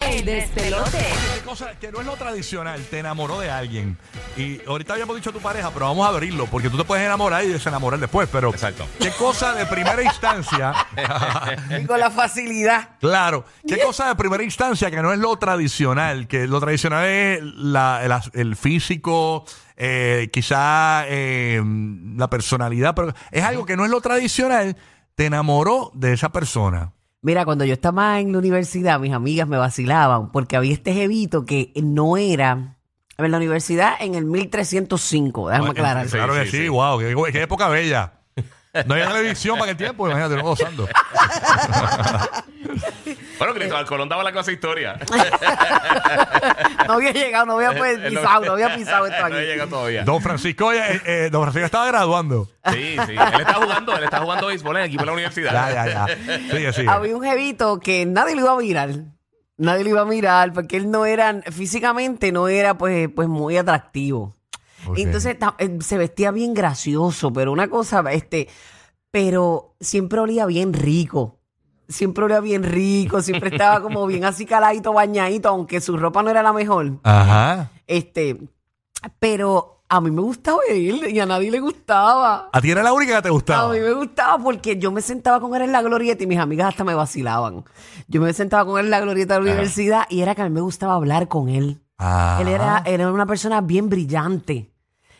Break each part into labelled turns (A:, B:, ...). A: El despelote.
B: Qué cosa que no es lo tradicional, te enamoró de alguien. Y ahorita habíamos dicho a tu pareja, pero vamos a abrirlo, porque tú te puedes enamorar y desenamorar después, pero
C: Exacto.
B: qué cosa de primera instancia,
D: Y con la facilidad.
B: claro, qué cosa de primera instancia que no es lo tradicional, que lo tradicional es la- el, as- el físico, eh, quizá eh, la personalidad, pero es algo que no es lo tradicional, te enamoró de esa persona.
D: Mira, cuando yo estaba en la universidad, mis amigas me vacilaban porque había este jevito que no era. En la universidad, en el 1305, déjame
B: Bueno,
D: aclarar.
B: Claro
C: Sí,
B: que
C: sí,
B: sí,
C: sí.
B: wow, qué, qué época bella. No había televisión para el tiempo, imagínate, no gozando.
C: Bueno,
D: Eh.
C: Cristóbal Colón daba la clase de historia.
D: No había llegado, no había pues, pisado, no había pisado esto
C: Eh, No había
D: aquí.
C: llegado todavía.
B: Don Francisco, ya, eh, eh, don Francisco estaba graduando.
C: Sí, sí. Él está jugando, él está jugando béisbol en el equipo de la universidad.
B: Ya, ya, ya. Sigue, sigue.
D: Había un jevito que nadie lo iba a mirar. Nadie lo iba a mirar porque él no era, físicamente no era pues, pues muy atractivo.
B: Ok.
D: Entonces ta- eh, se vestía bien gracioso, pero una cosa, este, pero siempre olía bien rico. Siempre olía bien rico, siempre estaba como bien así caladito, bañadito, aunque su ropa no era la mejor.
B: Ajá.
D: Este, pero a mí me gustaba él y a nadie le gustaba.
B: A ti era la única que te
D: A
B: gustaba.
D: mí me gustaba porque yo me sentaba con él en la glorieta y mis amigas hasta me vacilaban. Yo me sentaba con él en la glorieta de la universidad y era que a mí me gustaba hablar con él.
B: Ah.
D: Él era, era una persona bien brillante.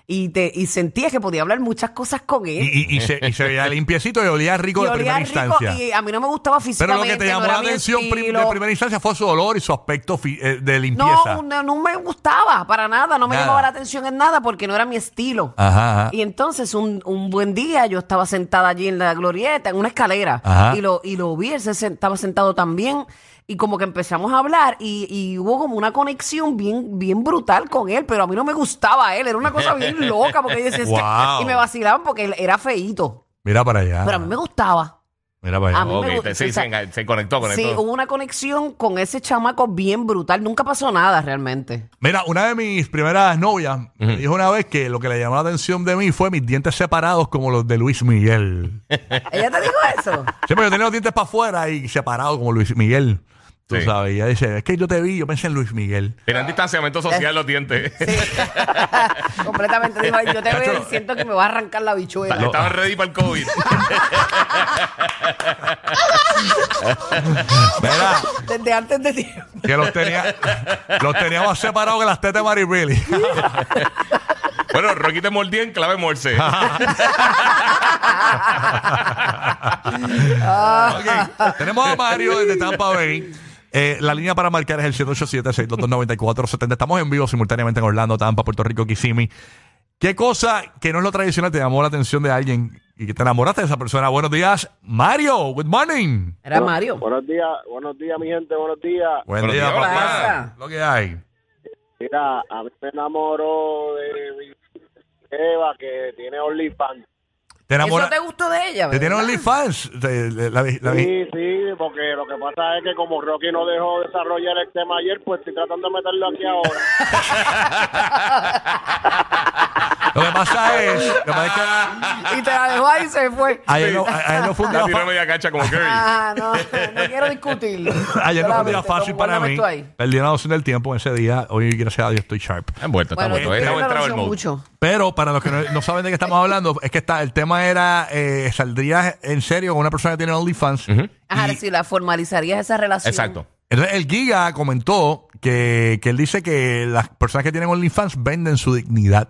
D: Y, te, y sentías que podía hablar muchas cosas con
B: Y,
D: él.
B: y- y se, y se veía limpiecito y olía rico
D: Y
B: de primera
D: olía rico
B: instancia.
D: y a mí no me gustaba
B: Pero lo
D: físicamente.
B: que te llamó
D: no
B: la
D: era mi
B: atención prim- de
D: estilo.
B: primera instancia fue su olor y su aspecto fi- eh, de limpieza.
D: no, no, no me gustaba para nada. No me
B: Nada.
D: llamaba la atención en nada porque no era mi estilo.
B: Ajá. ajá.
D: Y entonces un, un buen día yo estaba sentada allí en la glorieta, en una escalera,
B: Ajá.
D: y lo, y lo vi, él se sen- estaba sentado también, y como que empezamos a hablar, y, y hubo como una conexión bien, bien brutal con él, pero a mí no me gustaba él, era una cosa bien loca, porque yo decía, es que-
B: Wow.
D: y me vacilaban porque él era feíto,
B: Mira para allá.
D: pero a mí me gustaba.
B: Mira para
D: a
B: allá.
D: mí me
C: Ok,
D: gusta,
C: sí,
D: o sea,
C: se, engan- se conectó con
D: Sí,
C: esto.
D: hubo una conexión con ese chamaco bien brutal, nunca pasó nada realmente.
B: Mira, una de mis primeras novias me dijo una vez que lo que le llamó la atención de mí fue mis dientes separados como los de Luis Miguel.
D: ¿Ella te dijo eso?
B: Siempre yo tenía los dientes para afuera y separados como Luis Miguel. Tú
C: Sí.
B: sabes, y ella dice, es que yo te vi, yo pensé en Luis Miguel.
C: Tenían distanciamiento social los dientes.
D: Completamente, dijo, "Ay, yo te
B: Chacho,
D: veo y siento que me va a arrancar la bichuela.
C: Estaban ready para el COVID.
B: Mira,
D: Desde antes de tiempo.
B: que los tenía, los tenía más separados que las tetas de Mary Billy.
C: bueno, Rocky te mordía en clave morse.
B: Ah. Ok, Tenemos a Mario desde Tampa Bay. Eh, la línea para marcar es el 787-622-9470. Estamos en vivo simultáneamente en Orlando, Tampa, Puerto Rico, Kissimmee. ¿Qué cosa que no es lo tradicional te llamó la atención de alguien y que te enamoraste de esa persona? Buenos días, Mario. Good morning.
D: Era Mario.
E: Buenos días, buenos días, mi gente, buenos días.
B: Buen
C: Buenos
B: día,
C: días,
B: papá.
D: pasa?
B: Lo que hay.
E: Mira, a mí me enamoró de mi Eva que tiene OnlyFans.
B: Te
D: ¿Eso
B: enamora.
D: te gustó de ella?
B: Te
D: ¿verdad?
B: tiene OnlyFans. Te- la- la- la-
E: Sí, sí, porque lo que pasa es que como Rocky no dejó desarrollar el tema ayer, pues estoy tratando de meterlo aquí ahora.
B: Lo que pasa es, lo que pasa es que
D: Y te la dejó ahí y se fue.
B: ayer no, a- ayer no fue un
C: La
B: día
C: tiró
B: fa-
C: media cancha como Curry.
D: Ah, no, no quiero discutirlo.
B: ayer no fue un día
D: Solamente,
B: fácil
D: guárdame
B: para mí.
D: esto ahí.
B: Perdí la noción del tiempo ese día. Hoy, gracias a Dios, estoy sharp.
C: Está envuelto, está
D: Bueno,
C: envuelto.
D: yo
C: Está
D: no lo
C: entrado
D: uso
C: el mode.
D: mucho.
B: Pero para los que no, no saben de qué estamos hablando, es que está, el tema era, eh, saldrías en serio con una persona que tiene OnlyFans.
D: Ajá, si la formalizarías esa relación.
C: Exacto.
B: Entonces, el Giga comentó que, que él dice que las personas que tienen OnlyFans venden su dignidad.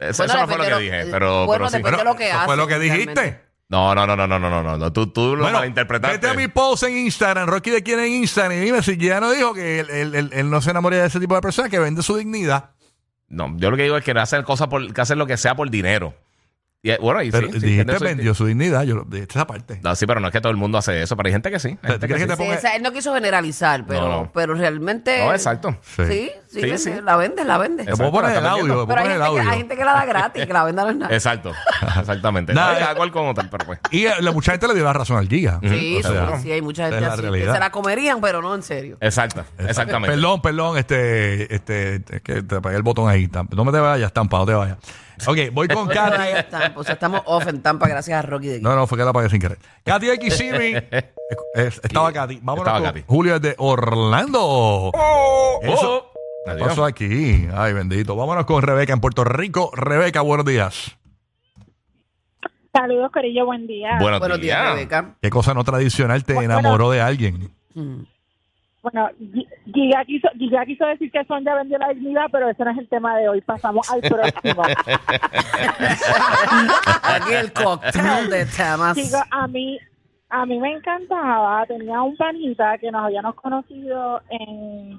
C: Eso,
D: Bueno,
C: eso no fue lo
D: depende
C: que
D: de lo-
C: dije, pero,
D: bueno,
C: pero sí.
D: depende- Pues, Es lo que
B: eso fue
D: hacen,
B: lo que dijiste.
D: realmente.
C: No, no, no, no, no, no, no, no. Tú, tú lo
B: Bueno,
C: malinterpretaste.
B: vete a mi post en Instagram, Rocky de quién en Instagram, y dime si ya no dijo que él, él- él- él no se enamora de ese tipo de personas que vende su dignidad.
C: No, yo lo que digo es que no hacen cosas por, que hacen lo que sea por dinero. Y, eh, bueno, y
B: Pero
C: sí, sí,
B: dijiste
C: eso-
B: vendió su dignidad, yo lo- dijiste esa parte.
C: No, sí, pero no es que todo el mundo hace eso, pero hay gente que sí. hay
B: ¿Tú
C: gente que
B: crees
C: sí.
B: que
D: Sí,
B: te ponga-
D: esa- él no quiso generalizar, pero,
C: No, no.
D: pero realmente.
C: No, exacto.
D: Sí, sí,
C: Sí,
D: vende,
C: sí.
D: la vende, la vende.
B: Te puedo
C: Exacto,
B: poner el
C: la estamos
B: audio,
C: viendo.
B: te puedo
D: Pero hay
B: poner el
D: gente, que, hay
B: audio.
D: gente que la da gratis, que la venda no es nada.
C: Exacto, exactamente.
B: Nada,
C: Ay,
B: eh.
C: cada cual como tal, pero pues.
B: Y eh, la, mucha gente le dio la razón al Giga.
D: Sí,
B: O sea,
D: sí, sí, hay mucha gente
B: esa es la
D: así que
B: realidad.
D: se la comerían, pero no en serio.
C: Exacto, exactamente.
B: Perdón, perdón, este, este, es que te apagué el botón ahí. tam- No me te vayas, tampa, no te vayas. Ok, voy con
D: Bueno, ahí
B: Katy.
D: está, pues, estamos off en Tampa gracias a Rocky de
B: No, no, fue que la apagué sin querer. Katy de Kissimmee, Es- estaba Katy. Vámonos
C: Estaba
B: con
C: Katy.
B: Julio desde Orlando. Eso-
C: Oh,
B: ¿Qué
C: adiós.
B: pasó aquí? Ay, bendito. Vámonos con Rebeca en Puerto Rico. Rebeca, buenos días.
A: Saludos, Corillo, buen día. Bueno,
C: Buenos,
D: Buenos días,
C: días.
D: Rebeca.
B: ¿Qué cosa no tradicional te
A: Bueno.
B: enamoró de alguien?
D: Mm.
A: Gi- Giga, quiso, Giga quiso decir que Sonia vendió la dignidad, pero ese no es el tema de hoy. Pasamos al próximo.
D: Aquí el cóctel de temas.
A: Chicos, a mí, a mí me encantaba. Tenía un panita que nos habíamos conocido en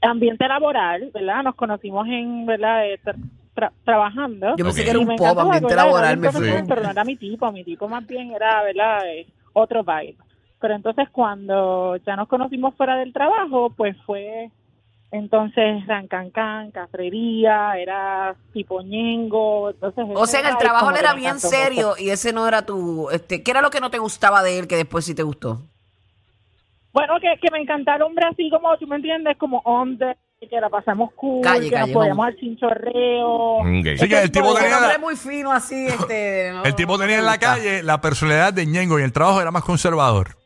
A: ambiente laboral, ¿verdad? Nos conocimos en, ¿verdad? Eh, tra- tra- trabajando.
D: Yo pensé
C: Ok.
D: que era
A: Y
D: un
A: me
D: pop,
A: encantaba,
D: ambiente
A: ¿verdad? Era
D: laboral.
A: un
D: Me fui.
A: profesional,
D: con-
A: Pero no era mi tipo, mi tipo más bien era, ¿verdad? Eh, otro vibe. Pero entonces cuando ya nos conocimos fuera del trabajo, pues fue entonces Rancancán, Cafrería, era tipo Ñengo. Entonces
D: O
A: ese
D: sea, en el
A: vibe
D: trabajo
A: como
D: él
A: que
D: era
A: me
D: bien
A: encantó
D: serio
A: mucho.
D: y ese no era tu... Este, ¿Qué era lo que no te gustaba de él que después sí te gustó?
A: Bueno, que, que me encantara un hombre así como, tú me entiendes, como onda, que la pasamos cool,
D: Calle,
A: que nos
D: callejón.
A: podíamos al chinchorreo.
C: Ok.
B: Sí, que el tipo
D: Un
A: Porque Era-
B: tenía,
D: hombre muy fino así, este... no-
B: el tipo
D: no
B: tenía
D: me
B: en la
D: gusta.
B: calle la personalidad de Ñengo y el trabajo era más conservador.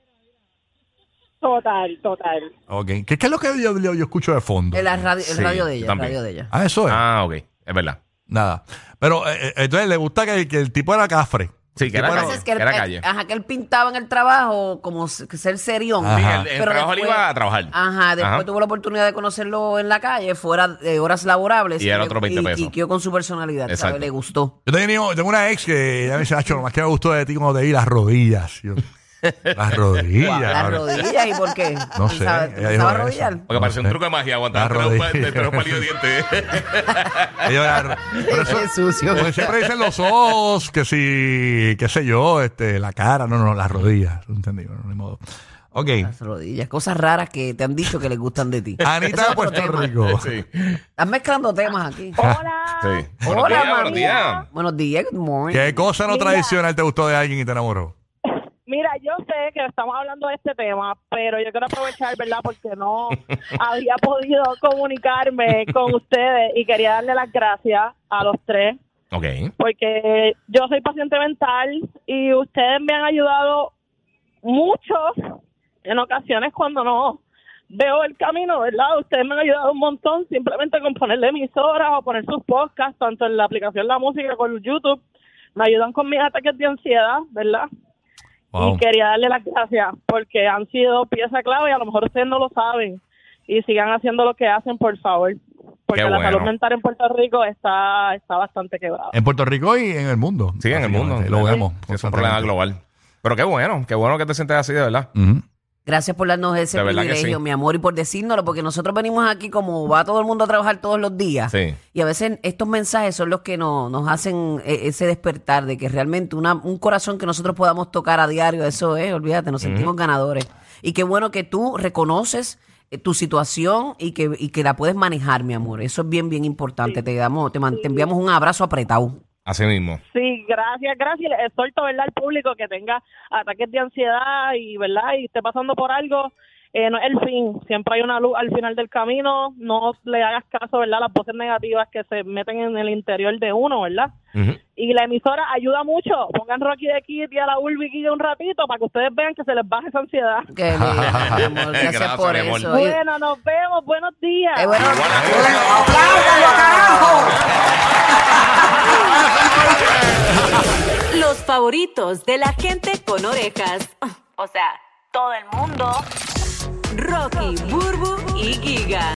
A: Total, total.
B: Ok. ¿Qué, qué es lo que yo, yo- yo escucho de fondo?
D: El, radio, el
C: Sí,
D: radio de ella, el
C: también.
D: radio de ella.
B: Ah, eso es.
C: Ah, ok. Es verdad.
B: Nada. Pero eh, eh, entonces le gusta que, que el tipo era cafre.
C: Sí, que era
B: Bueno,
D: Lo que
C: calle.
D: pasa es que él,
C: que Ah, era
D: eh,
C: calle.
D: Ajá, que él pintaba en el trabajo como s- que ser serión.
B: Ah.
C: Sí,
B: Ajá.
C: el, el
D: Pero
C: trabajo le
D: después-
C: iba a trabajar.
D: Ajá, después
C: Ajá.
D: tuvo la oportunidad de conocerlo en la calle, fuera de horas laborables.
C: Y era
D: le-
C: otro 20 pesos.
D: Y, quedó con su personalidad, ¿sabes?
C: Exacto.
D: Le gustó.
B: Yo tenía, tengo una ex que ella me dice, Nacho, lo más que me gustó de ti cuando te vi las rodillas. Yo, las rodillas.
D: Las
B: ahora.
D: rodillas, ¿y por qué?
B: No sé,
D: ¿Sabes?
B: ella
D: ¿Sabes
B: dijo
D: arrodillar?
B: eso.
C: Porque parece
B: No
C: un
B: sé.
C: truco de magia
B: La
C: aguantar tres pa-
B: Ah, rodilla.
C: tres palillos de dientes.
B: Ellos eran- pero eso-
D: Qué sucio.
B: porque siempre dicen los ojos, que si, qué sé yo, este, la cara, no, no, las rodillas. No entendí, bueno, ni modo. Ok.
D: Las rodillas, cosas raras que te han dicho que le gustan de ti. Eso
B: Anita
D: es
B: de
D: otro
B: Puerto
D: tema.
B: Rico.
C: Sí.
D: Estás mezclando temas aquí.
A: Hola.
C: Sí.
D: Hola,
C: buenos días.
D: Buenos días, good morning.
B: ¿Qué cosa no
A: Mira.
B: tradicional te gustó de alguien y te enamoró?
A: Mira, yo sé que estamos hablando de este tema, pero yo quiero aprovechar, ¿verdad? Porque no había podido comunicarme con ustedes y quería darle las gracias a los tres,
C: Ok.
A: porque yo soy paciente mental y ustedes me han ayudado mucho en ocasiones cuando no veo el camino, ¿verdad? Ustedes me han ayudado un montón simplemente con ponerle emisoras o poner sus podcasts, tanto en la aplicación La Música como en YouTube. Me ayudan con mis ataques de ansiedad, ¿verdad?
B: Wow.
A: Y quería darle las gracias porque han sido pieza clave y a lo mejor ustedes no lo saben. Y sigan haciendo lo que hacen, por favor. Porque
C: Qué
A: la salud
C: bueno.
A: mental en Puerto Rico está, está bastante quebrada.
B: En Puerto Rico y en el mundo.
C: Sí, en el mundo.
B: Básicamente, Lo vemos.
C: Sí, Es un problema global. Pero qué bueno, qué bueno que te sientes así, de verdad.
B: Ujú.
D: Gracias por darnos ese
C: De verdad que
D: privilegio,
C: sí.
D: mi amor, y por decírnoslo, porque nosotros venimos aquí como va todo el mundo a trabajar todos los días.
C: Sí.
D: Y a veces estos mensajes son los que no- nos hacen eh, ese despertar de que realmente una- un corazón que nosotros podamos tocar a diario, eso es, olvídate, nos sentimos ganadores. Y qué bueno que tú reconoces eh, tu situación y que, y que la puedes manejar, mi amor. Eso es bien, bien importante. Te, damos, te, man- te enviamos un abrazo apretado.
C: Así mismo.
A: Sí, gracias, gracias. Les exhorto, ¿verdad?, al público que tenga ataques de ansiedad y, ¿verdad?, y esté pasando por algo. Eh, no es el fin. Siempre hay una luz al final del camino. No le hagas caso, ¿verdad?, a las voces negativas que se meten en el interior de uno, ¿verdad?
C: Ujú.
A: Y la emisora ayuda mucho. Pongan Rocky de Kitty a la Urbi Kitty un ratito para que ustedes vean que se les baja esa ansiedad.
D: Qué lindo, mi amor. Gracias,
C: Gracias,
D: por
C: mi amor.
D: eso. Y-
A: Bueno, nos vemos. Buenos días.
D: eh, bueno,
F: Los favoritos de la gente con orejas. O sea, todo el mundo. Rocky, Burbu y Giga.